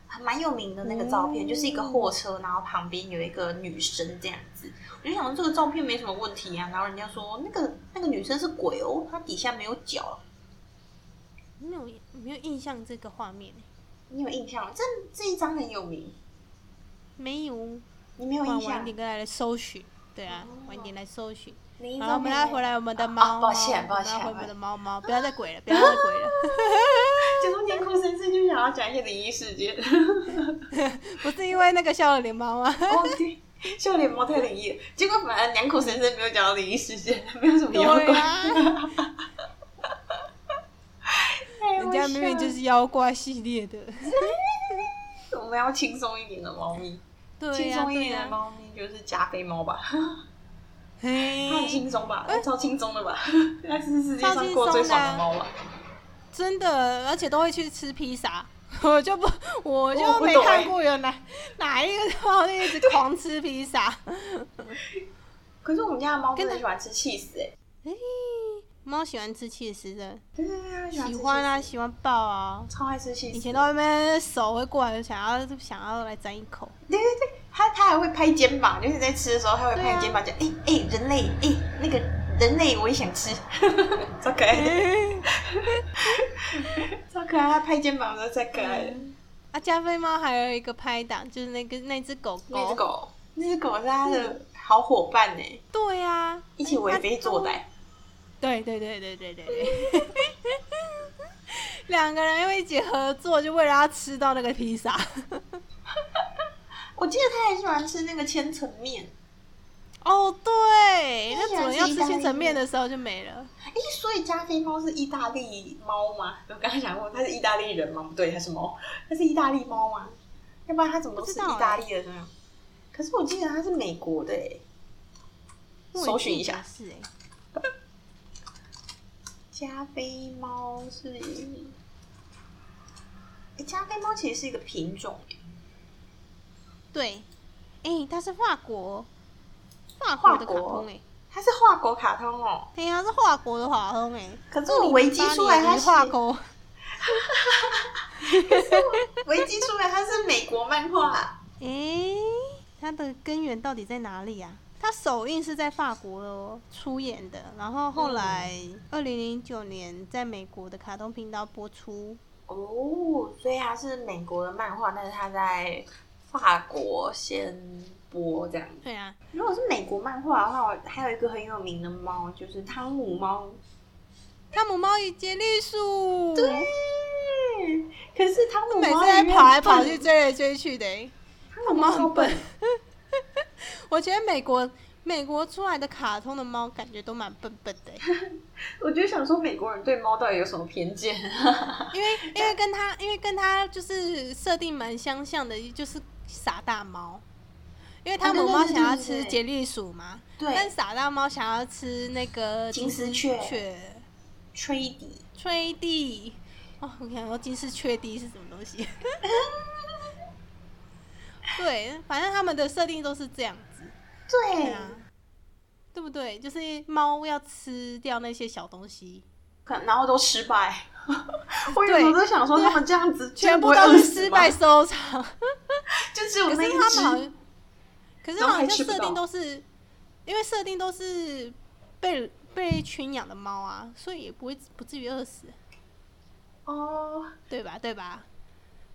还蛮有名的那个照片，
嗯
就是一个货车，然后旁边有一个女生这样子。我就想这个照片没什么问题啊，然后人家说那个那个女生是鬼哦，她底下没有脚，
没有没有印象这个画面，
你有印象吗？这这一张很有名，
没有。
你没有
晚
印
晚一
象？
点来搜寻，对啊，
哦
晚一点来搜寻。
你一
好了，我
张
们
没
拉
有
回来我们的
啊
猫
啊
猫，
抱歉抱
我们
歉
拉回
抱
我们的
歉
猫猫，不要再鬼了，不要再鬼了。
就中间哭声声就想要讲一些灵异事件。
不是因为那个笑了脸猫 啊吗？
哦，对，笑脸猫太灵异了，结果反而两口神神没有讲到灵异事件，没有什么妖怪。
啊，
太
人
好
家
笑
明明就
了
是妖怪系列的。
我们要轻松一点的猫咪，
对
轻
呀
松一
对啊
点的
呀，
猫咪就是加菲猫 吧， 它很
嘿，
轻松吧，超嗯轻松的啊吧， 它是世界
超
上
轻
过最
松的
爽
啊
的猫吧。
真的，而且都会去吃披萨。 我就不，我
我
就
不
没
懂
看
欸
过有哪哪一个猫就一直狂吃披萨。
可是我们家的猫真的
跟它
很喜欢吃 cheese 哎，
嘿 猫喜欢吃气司的，
对对对，它
喜
嗯喜
欢啊，
欢吃 cheese，
喜欢爆啊。
超爱吃 cheese。
以前到那边手会过来，想要想要来沾一 口。
对对对，他他还会拍肩膀，就是在吃的时候，他会
对
拍
啊
肩膀讲：“哎哎、人类，哎、那个人类，我也想吃。” 超可爱的，超可爱，他拍肩膀的时候超可爱的。
啊，加菲猫还有一个拍档，就是那个那只狗狗。
那只狗，那只狗是他的好伙伴呢、
对呀、
一起为非作歹。
对对对对对对对。 两个人又一起合作，就为了要吃到那个披 萨。
我记得他很喜欢吃那个千层面，
哦，对，
那
那
喜
主
欢
人要
吃
吃
意大利
千层面的时候就没了。
哎、所以加菲猫是意大利猫吗？我刚刚想问，它是意大利人吗？不对，它是猫，它是意大利猫吗？要不然哎它怎么都是
不知道
意大利的呢？可是我记得它是美国的哎、搜寻一下，
是哎，
加菲猫是，哎，加菲猫其实是一个品种耶，
对，哎，它是法国，法国的卡
法国
通哎，
它是法国卡通哦。
对呀，它是法国的卡通哎。
可是我维基出来它
它
是
画工，
维基出来它是美国漫画，
诶，它的根源到底在哪里啊？它首映是在法国哦出演的，然后
嗯
后来二零零九年在美国的卡通频道播出。
哦，所以它是美国的漫画，但是它在法国先播这样。
对啊，
如果是美国漫画的话，还有一个很有名的猫就是汤姆猫，
汤姆猫与杰利鼠，
对。可是汤姆
每
猫
次
也
在
没有
跑来跑
笨
去、，追来追去的欸、
汤姆猫
很
很笨
笨。我觉得美国美国出来的卡通的猫感觉都蛮笨笨的欸、
我就想说，美国人对猫到底有什么偏见？啊
因为因为跟他因为跟他就是设定蛮相像的，就是傻大猫。因为汤姆猫想要吃杰利鼠嘛，
对
但傻大猫想要吃那个
金丝
雀
雀，吹笛，
吹地。哦，我想说金丝雀地是什么东西？ 对，反正他们的设定都是这样子。对
对
啊，对不对？就是猫要吃掉那些小东西，
可能然后都失败。 我有时候在想说，他们这样子
全
不
部
会
都
饿
是
死
失
吗
败，收场。
就只有
可
那
是
一
他们好
只。
像，可是
然后
好
还
像
吃不
设定
到
都是，因为设定都是被被圈养的猫啊，所以也不会不至于饿死，
哦，
对吧？对吧？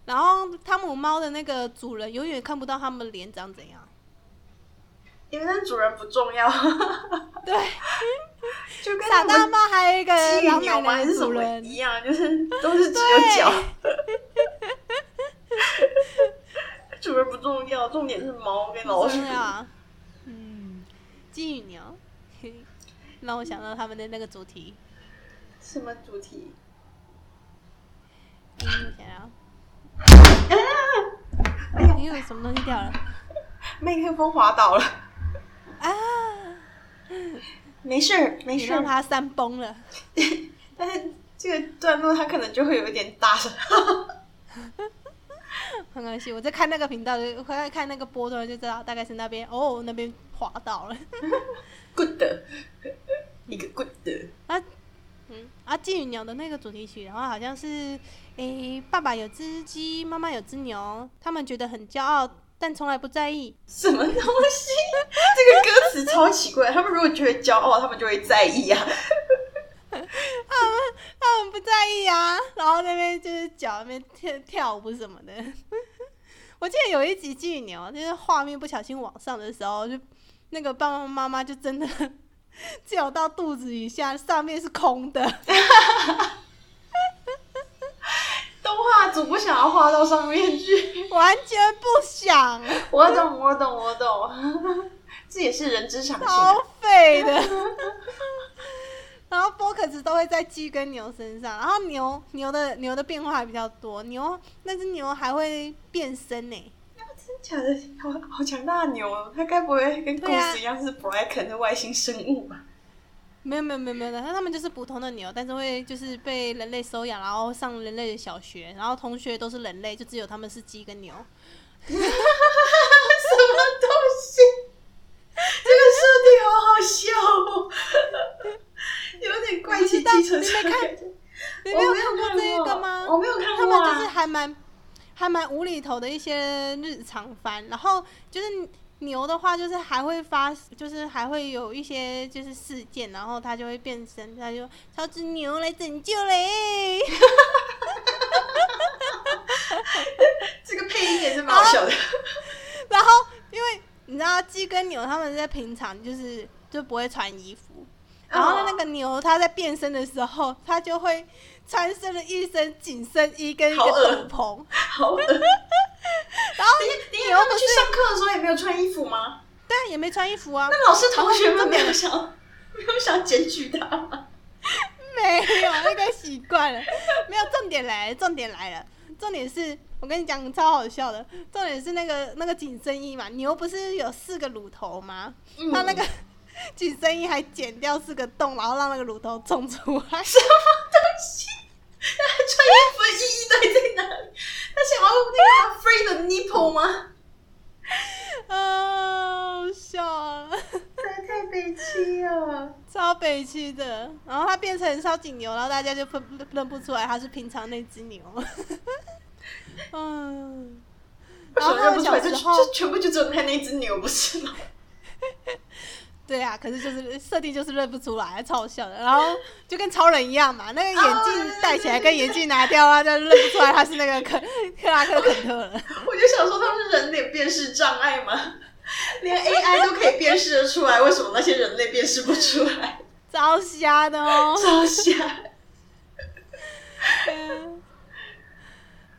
然后汤姆猫的那个主人永远看不到它们脸长怎 样，
因为那主人不重要，
对，
就跟他
傻大
们
猫还有一个
鸡
老
与
奶
牛吗
奶
还
的
是什
主
么
人，
一样，就是都是只有脚。 主人不重要，重点是猫跟老鼠
真。的啊，嗯，金鱼鸟，嘿让我想到他们的那个主题。
什么主题？
嗯，我想要，
哎呀，
因为什么东西掉了
麦克风滑倒了，
啊？
没事儿，没
你
事
让
儿。
它山崩了。
但是这个段落它可能就会有一点大声。
很可惜，我在看那个频道，就我在看那个波段就知道，大概是那边哦，那边滑倒了。
good，一个 good。
啊，嗯，啊，金鱼鸟的那个主题曲，然后好像是，诶、爸爸有只鸡，妈妈有只牛，他们觉得很骄傲，但从来不在意。
什么东西？这个歌词超奇怪。他们如果觉得骄傲，他们就会在意啊。
他们他们不在意啊，然后那边就是脚那边跳跳舞什么的。 我记得有一集金鱼鸟，就是画面不小心往上的时候，就那个爸爸妈妈就真的 只有到肚子以下，上面是空的。
动画组不想要画到上面去。
完全不想，
我懂，我懂，我懂。这也是人之常情、啊
超。废的。然后 focus 都会在鸡跟牛身上，然后牛牛的牛的变化还比较多，牛那只牛还会变身呢、
真假的，好好强大的牛哦！它该不会跟故
对啊
事一样是 Bracken 的外星生物吧？
没有没有没有没有，然后他们就是普通的牛，但是会就是被人类收养，然后上人类的小学，然后同学都是人类，就只有他们是鸡跟牛。
什么东西？这个设定好好笑哦，有点怪奇计程车的感觉。
你
我
没有
没
看
有
过
看
这
过
个吗？
我没有看
他
过
们
啊
就是还蛮还蛮无厘头的一些日常番，然后就是牛的话，就是还会发，就是还会有一些就是事件，然后它就会变身，它就超只牛来拯救嘞，
这个配音也是蛮好笑的。
然后因为你知道鸡跟牛它们在平常就是就不会穿衣服。然后
嗯
呢，那个牛它在变身的时候，它就会穿上了一身紧身衣跟一
好恶
个斗篷，
好恶心。
然后
等一下等一下，
牛
他
不
们
是
去上课的时候也没有穿衣服吗？
对啊，也没穿衣服啊，
那老师同学们没有想 没有想检举他吗？
没有，应该习惯了。没有，重点来了，重点来了，重点是我跟你讲超好笑的，重点是那个那个紧身衣嘛，牛不是有四个乳头吗？
嗯
它那个 紧身衣还剪掉四个洞，然后让那个乳头冲出来。
什么东西？那穿衣服的意义到底在哪里？他想要那个 free 的 nipple 吗？
啊，好笑啊，
这太悲戚了。
超北区的。然后它变成超级牛，然后大家就分认不出来它是平常那只牛。 嗯，然后他
认
们
不出来，
小
就
时候
就全部就只有他那一只牛，不是吗？
对啊，可是就是设定就是认不出来，超好笑的。然后就跟超人一样嘛，那个眼镜戴起来跟眼镜拿掉啊，就认不出来他是那个克 克拉克肯特了。
我就想说，他们是人脸辨识障碍吗？连 AI 都可以辨识得出来，为什么那些人类辨识不出来？
超瞎的哦。
超瞎！
嗯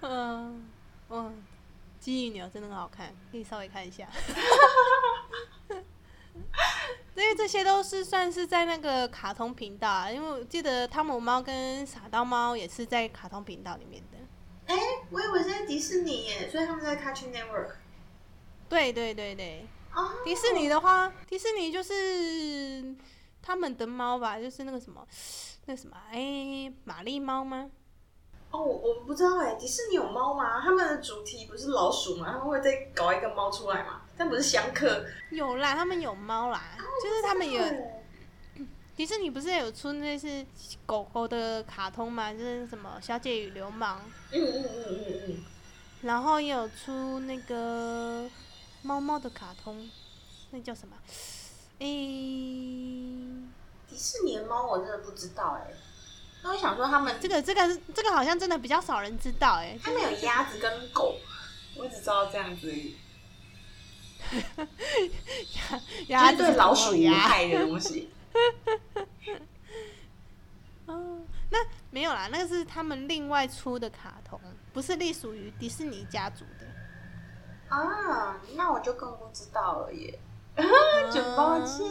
嗯嗯，鸡与牛真的很好看，可以稍微看一下。 因为这些都是算是在那个卡通频道啊，因为我记得汤姆猫跟傻刀猫也是在卡通频道里面的。
哎、我以为是在迪士尼耶，所以他们在 Cartoon Network
对对对对，
哦，
迪士尼的话，迪士尼就是他们的猫吧，就是那个什么，那什么，哎、玛丽猫吗？
哦，我我不知道哎、迪士尼有猫吗？他们的主题不是老鼠吗？他们会再搞一个猫出来吗？但不是相克，
有啦，他们有猫啦，就是他们有
嗯
迪士尼不是有出那是狗狗的卡通嘛，就是什么《小姐与流氓》，
嗯嗯嗯嗯嗯，
然后也有出那个猫猫的卡通，那叫什么？哎诶、
迪士尼的猫我真的不知道哎、那我想说他们
这个这个是这个好像真的比较少人知道哎诶、
他们有鸭子跟狗，我只知道这样子而已，
鸭
就
子
是对老鼠无
鸭。
害的东 西。
哦，那没有啦，那个是他们另外出的卡通，不是隶属于迪士尼家族的。
啊，那我就更不知道了耶，就
嗯
抱歉，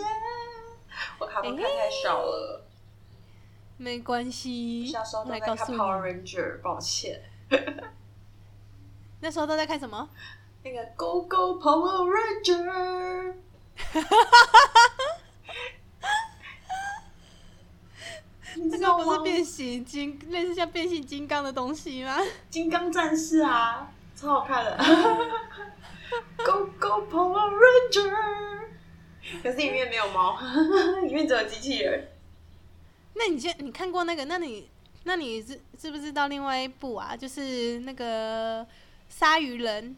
我卡通看太少了，
没关系，
小时候都
来
在
告
看
诉
Power
你，
Ranger，抱歉。
那时候都在看什么？
那个 Go Go Power Ranger，你
这
知
个
道
不是
吗？
变形金，类似像变形金刚的东西吗？
金刚战士啊，超好看的。Go Go Power Ranger，可是里面没有猫， 里面只有机器人。
那你现你看过那个？那你那你知知不知道另外一部啊？就是那个鲨鱼人，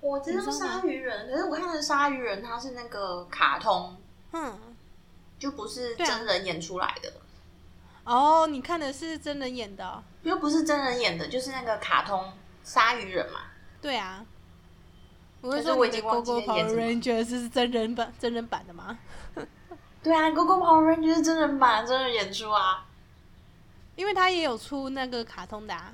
我知道鲨鱼人，可是我看的鲨鱼人它是那个卡通，
嗯，
就不是
对啊
真人演出来的，
哦，你看的是真人演的哦、
又不是真人演的，就是那个卡通鲨鱼人嘛。
对啊。我
可
会
是
说
我
你
已
的
经
《Go
忘记
Go
在演
Power
什么
Ranger》是真人版真人版的吗？
对啊，Go Go Power Ranger 是真人版，真人演出啊。
因为它也有出那个卡通的、啊，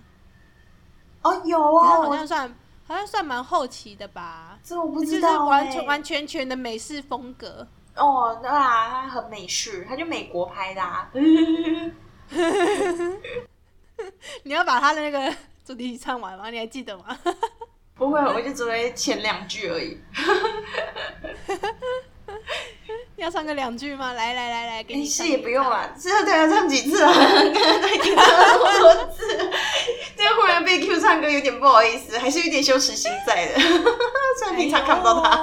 哦，有
只是
哦，
好
我
像算好像算蛮后期的吧，
这我不
就
知
是
道、欸，
完全完全全的美式风格。
哦，对啊，它很美式，它就美国拍的啊。
你要把他的那个 主题曲唱完吗？你还记得吗？
不会，我就只会前两句而已。
要唱个两句吗？来来来来，给
没
你
事
唱
哎也不用啊， 这个对啊，唱几次啊？刚刚都已经唱了那么多次， 这个忽然被 Q 唱歌有点不好意思，还是有点羞耻心在 的。虽然平常看不到他，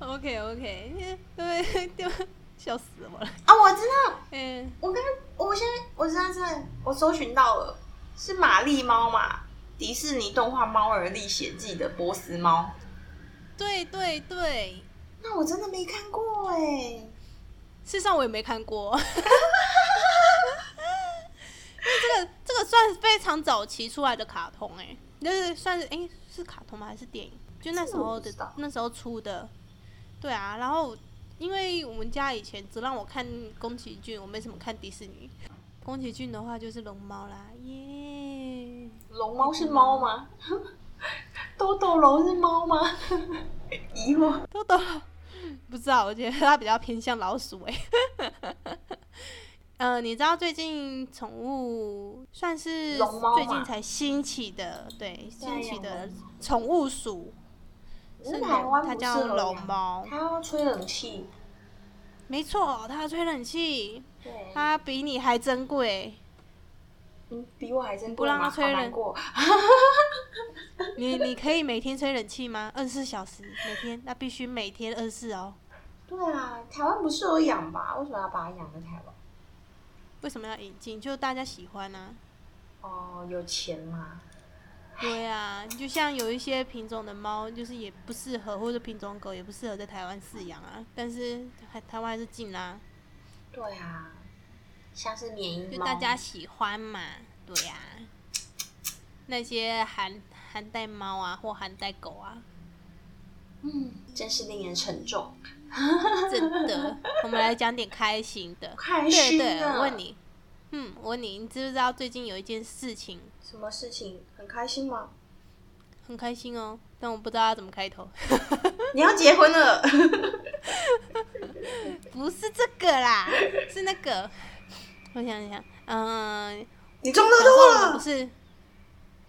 哦 OK OK，对 对，笑死我了。
啊，我知道，
嗯，
我刚我现在我现在在我搜寻到了，是玛丽猫嘛？迪士尼动画《猫儿历险记》的波斯猫，
对对对，
那我真的没看过哎、
事实上我也没看过。 因为这个这个算是非常早期出来的卡通哎、就是算是哎、是卡通吗还是电影？就那时候的
这个我不知道
那时候出的，对啊。然后因为我们家以前只让我看宫崎骏，我没什么看迪士尼。宫崎骏的话就是龙猫啦，耶！
龙猫是猫吗？ 豆豆龙是猫吗？ 疑惑。
豆豆不知道，我觉得它比较偏向老鼠哎、 嗯、你知道最近宠物算是
龙猫
最
嘛
近才兴起的，对，
对
兴起
养
的
龙
宠物鼠
可是
龙
台湾
它
不
叫
是
龙猫
它要吹冷气。
没错，它吹冷气，
对，
它比你还珍贵。
嗯，比我还真
不让它吹
好难
冷
过。
你你可以每天吹冷气吗？二十四小时，每天，那必须每天二十四哦。
对啊，台湾不适合养吧？为什么要把它养在台湾？
为什么要引进？就大家喜欢啊。
哦，有钱嘛。
对啊，就像有一些品种的猫，就是也不适合，或者品种狗也不适合在台湾饲养啊。但是还台湾还是进啦、
对啊，像是缅因
就
猫。
大家喜欢嘛，对呀、那些寒寒带猫啊，或寒带狗啊，
嗯，真是令人沉重。
真的。我们来讲点开心的。
开
对
心
对，
啊
我问你，嗯，我问你，你知不知道最近有一件事情
什么事情？很开心吗？
很开心哦？但我不知道要怎么开头。
你要结婚 了？
不是这个 啦，是那个。我想一想，嗯、
你中
小时候我
乐
们
透
不
了？
是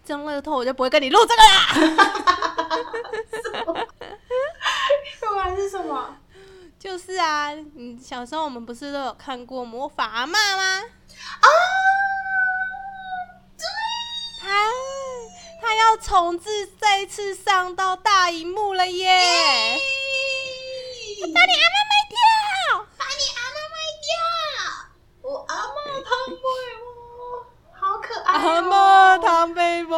中乐透，我就不会跟你录这个啦。
啊不然是什么？
就是啊，你小时候我们不是都有看过魔法阿嬷吗？
啊，
她她要重置再次上到大荧幕了耶！
咦
把你阿嬷卖
把你阿妈卖掉！我阿妈汤姆，好可爱、
掉，阿
哦！
嬷唐贝波，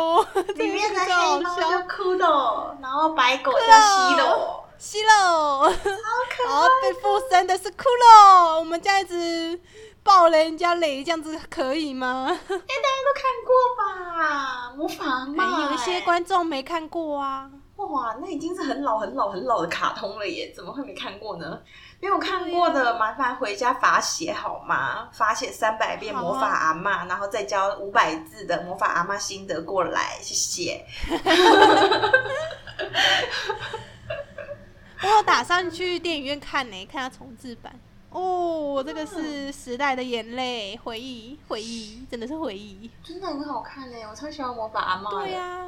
里面的
这个好
黑猫
笑
叫，酷豆，哦然后白狗叫西
酷
豆，
西喽。
好可
然后
爱！啊
被附身的是骷髅，我们这样子爆了人家雷，这样子可以吗？
哎、大家都看过吧？魔法阿
哎
嬷
有一些
哎
观众没看过啊，
哇，那已经是很老很老很老的卡通了耶，怎么会没看过呢？没有看过的，麻烦回家罚写好吗？罚写三百遍
好啊
魔法阿嬷，然后再交五百字的魔法阿嬷心得过来，谢谢。
我有打算去电影院看呢、看它重制版。哦，这个是时代的眼泪，回忆，回忆，真的是回忆。
真的很好看哎，我超喜欢魔法阿嬷的。
对呀、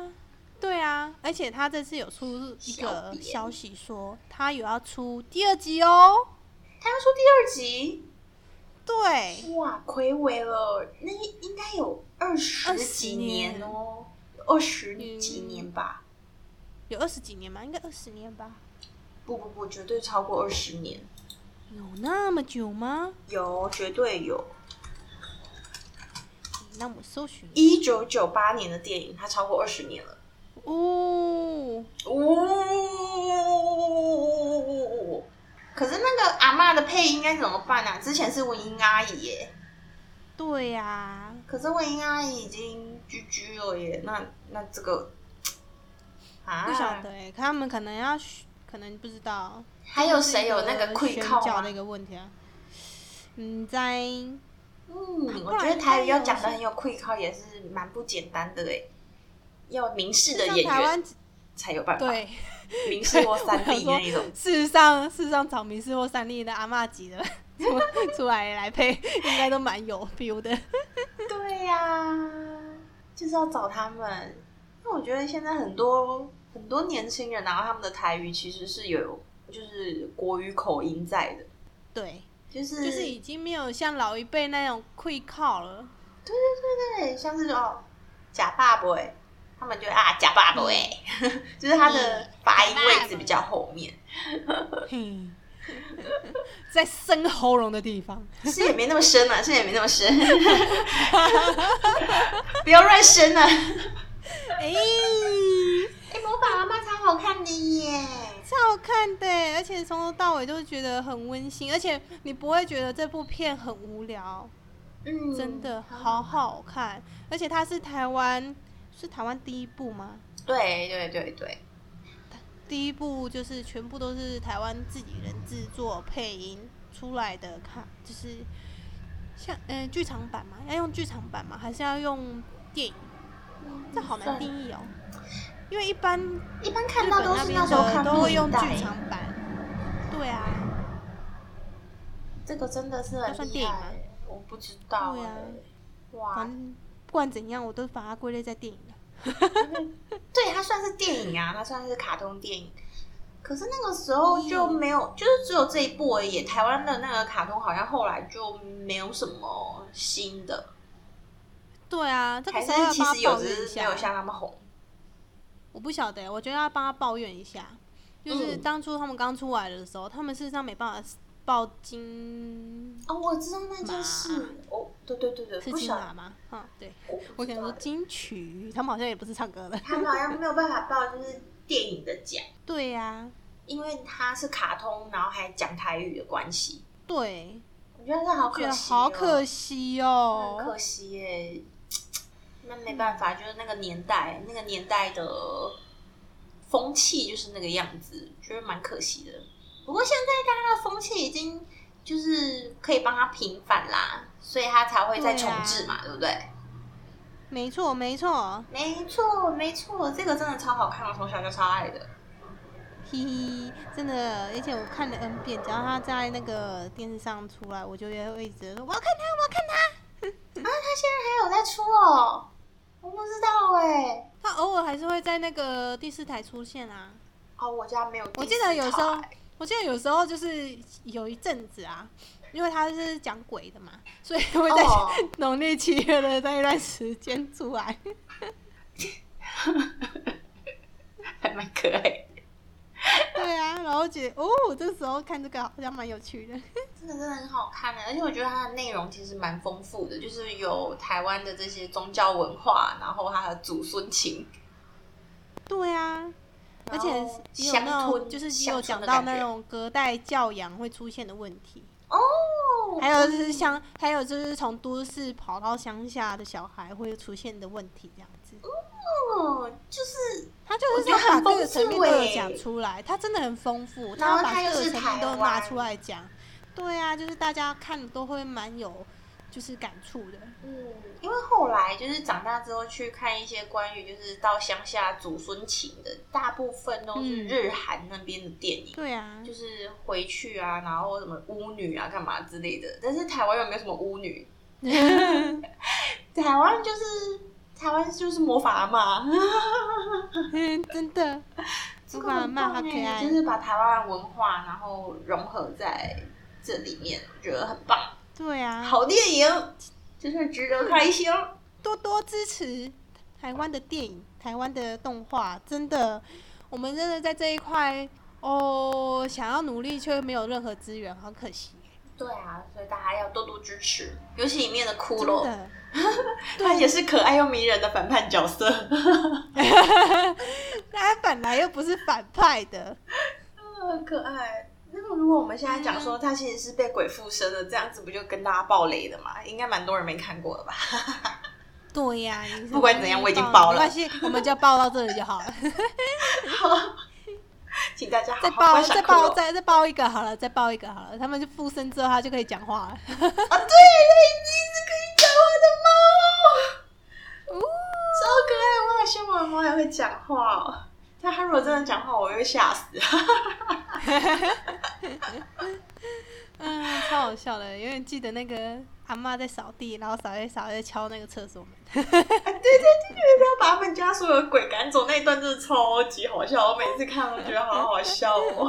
对呀、而且他这次有出一
小
个
编
消息说，他有要出第二集哦。
他要出第二集，
对，
哇，暌违了，那应该有二十
20
几年哦，二十几年嗯吧？
有二十几年吗？应该二十年吧。
不不不，绝对超过二十年，
有那么久吗？
有绝对有。
让我搜寻一下
一九九八年的电影，它超过二十年了。
哦，
哦，可是那个阿嬷的配音该怎么办啊？之前是文英阿姨耶，
对呀、
可是文英阿姨已经居居了耶，那那这个啊，
不晓得、欸，他们可能要选，可能不知道。
还有谁有那
这
个
是一
溃靠
选角
吗
的一？个问题啊？嗯，在
嗯，
不
我觉
然
得台
他
语要
有
讲的
是
很有溃靠也是蛮不简单的哎，要明视的
像
演
台
员
湾
才有办法，
对，
明视或三
我
D
想说
那 一种。
事实上事实上找迷失或三立的阿嬷级的 出出来来配，应该都蛮有 feel 的。
对呀、就是要找他们。那我觉得现在很多很多年轻人、啊，然后他们的台语其实是有就是国语口音在的，
对，
就是
就是已经没有像老一辈那种愧靠了。
对对对对，像是哦假爸爸哎，他们就啊假爸爸哎， 就是他的
嗯
发音
假爸
位
爸
置比较后面，嗯
嘿，在生喉咙的地方，
是也没那么深啊，是也没那么深， 不要乱深 啊！
哎、
哎、魔法阿妈超好看的耶！
超好看的欸，而且从头到尾都觉得很温馨，而且你不会觉得这部片很无聊，
嗯，
真的好好看。而且它是台湾，是台湾第一部吗？
对对对对，
第一部就是全部都是台湾自己人制作配音出来的看，就是像嗯、呃剧场版嘛，要用剧场版嘛，还是要用电影？这好难定义哦，因为一般
一般
日
看到
本
都
那
是
边
那时候
的
看
都
录
会用
影带
剧，场版，对啊。
这个真的是很
那算
厉
电影
害
吗
耶，我不知道
对啊
哎，哇
反，正不管怎样，我都把它归类在电影了。
对，它算是电影啊，它算是卡通电影。可是那个时候就没
嗯
有，就是只有这一部而已。台湾的那个卡通好像后来就没有什么新的，
对啊，这个
还
时候要
是
帮
其实
他
有，
抱
只
怨一
是没有
下。
像他们红。
我不晓得，我觉得要帮他抱怨一下。就是
嗯
当初他们刚出来的时候，他们事实上没办法报金
哦，我知道那件事
嘛。
哦，对对对对，
是
不
金
晓
马
得。
吗？嗯，对。
我不
我
知
想
道欸
说金曲，他们好像也不是唱 歌的。
他们好像没有办法报就是电影的奖，
对啊呀、
因为它是卡通，然后还讲台语的关系。
对，
我觉得这好可
觉
惜、哦，
得好可惜
很
哦
可。惜耶、那没办法，就是那个年代，那个年代的风气就是那个样子，觉得蛮可惜的。不过现在大家的风气已经就是可以帮他平反啦，所以他才会再重置嘛，
啊
对不对？
没错，没错，
没错，没错，这个真的超好看，我从小就超爱的。
嘿嘿，真的，而且我看了 N 遍，只要他在那个电视上出来，我就会一直说我要看他，我要看他。
啊，他现在还有在出哦，我不知道哎、
他偶尔还是会在那个第四台出现啊。
哦，我家没有第四台。
我记得有时候，我记得有时候就是有一阵子啊，因为他是讲鬼的嘛，所以会在
哦
农历七月的那一段时间出来。
还蛮可爱的。
对啊，然后觉得哦，这时候看这个好像蛮有趣的。
真的真的很好看欸的，而且我觉得它的内容其实蛮丰富的，就是有台湾的这些宗教文化，然后它的祖孙情，
对啊，而且
然后
也有那
乡
种
村
就是也
乡
有
村
讲
的
到
感觉
那种隔代教养会出现的问题，
哦，
还有就是像还有就是从都市跑到乡下的小孩会出现的问题这样子。
哦，就是
他就是
我觉得
要把
很
各个
丰
层面
富
都有
欸
讲出来，他真的很丰富，
然
他
后
把
它又
各个
是
层面
台
都拿
湾
出来讲。对啊，就是大家看都会蛮有就是感触的。
嗯，因为后来就是长大之后去看一些关于就是到乡下祖孙情的，大部分都是
嗯
日韩那边的电影。
对啊，
就是回去啊，然后什么巫女啊，干嘛之类的。但是台湾又没有什么巫女， 台湾就是台湾就是魔法阿嬷
嗯真的，
这
我
个
把
很
漫
棒
画可
哎，
爱
就，是把台湾文化然后融合在这里面，我觉得很棒，
对啊，
好电影，就是值得开箱。
多多支持台湾的电影、台湾的动画，真的，我们真的在这一块哦，想要努力却没有任何资源，好可惜，
对啊，所以大家要多多支持，尤其里面的骷
真
髅，
的。
他也是可爱又迷人的反叛角色。
他本来又不是反派的，
很可爱。那么，如果我们现在讲说他其实是被鬼附身的，这样子不就跟大家爆雷的嘛？应该蛮多人没看过了 吧？
对呀、你是
不管怎样我已经
爆
爆
没
了
关系，我们就爆到这里就 好了。
请大家好
再
好
爆，
观赏
再
骷髅。
爆，再再爆一个好了，再爆一个好了。他们就附身之后，他就可以讲话了。
啊！对，它一只可以讲话的猫，
哦，
超可爱！我好希望我的猫也会讲话哦。但它如果真的讲话，我会吓死。
嗯，超好笑的。永远记得那个阿嬷在扫地，然后扫一扫就敲那个厕所门。
哎，对对对对，要把他们家所有的鬼赶走那一段真的超级好笑，我每次看都觉得好好笑 哦。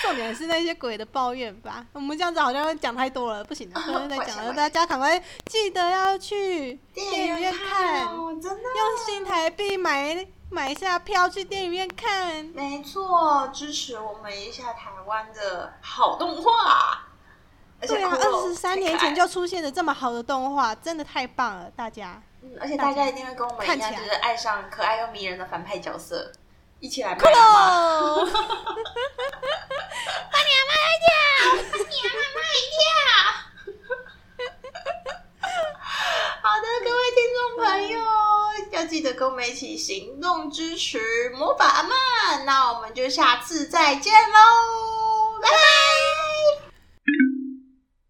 重点是那些鬼的抱怨吧。我们这样子好像讲太多了，不 行了，不能再讲了。
快
大家赶快记得要去
电
电影院看，用
哦，真的。
新台币买买一下票去电影院看。
没错，支持我们一下台湾的好动画。而且哦
对啊，
骷髅
二十三年前就出现的这么好的动画，真的太棒了，大家
嗯，而且大家一定会跟我们一
看
样，
起
就
来
是爱上可爱又迷人的反派角色，一起来买嘛。
哦，
好的，各位听众朋友，要记得跟我们一起行动支持魔法阿曼。那我们就下次再见喽。